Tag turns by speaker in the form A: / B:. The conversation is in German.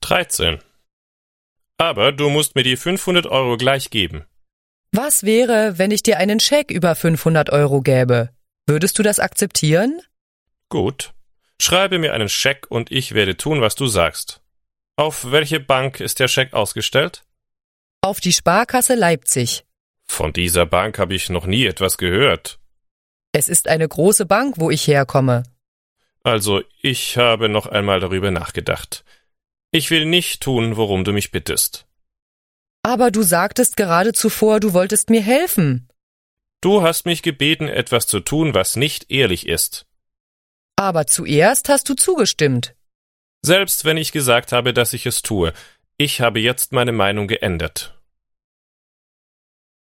A: dreizehn. Aber du musst mir die 500 Euro gleich geben.
B: Was wäre, wenn ich dir einen Scheck über 500 Euro gäbe? Würdest du das akzeptieren?
A: Gut. Schreibe mir einen Scheck und ich werde tun, was du sagst. Auf welche Bank ist der Scheck ausgestellt?
B: Auf die Sparkasse Leipzig.
A: Von dieser Bank habe ich noch nie etwas gehört.
B: Es ist eine große Bank, wo ich herkomme.
A: Also, ich habe noch einmal darüber nachgedacht. Ich will nicht tun, worum du mich bittest.
B: Aber du sagtest gerade zuvor, du wolltest mir helfen.
A: Du hast mich gebeten, etwas zu tun, was nicht ehrlich ist.
B: Aber zuerst hast du zugestimmt.
A: Selbst wenn ich gesagt habe, dass ich es tue, ich habe jetzt meine Meinung geändert.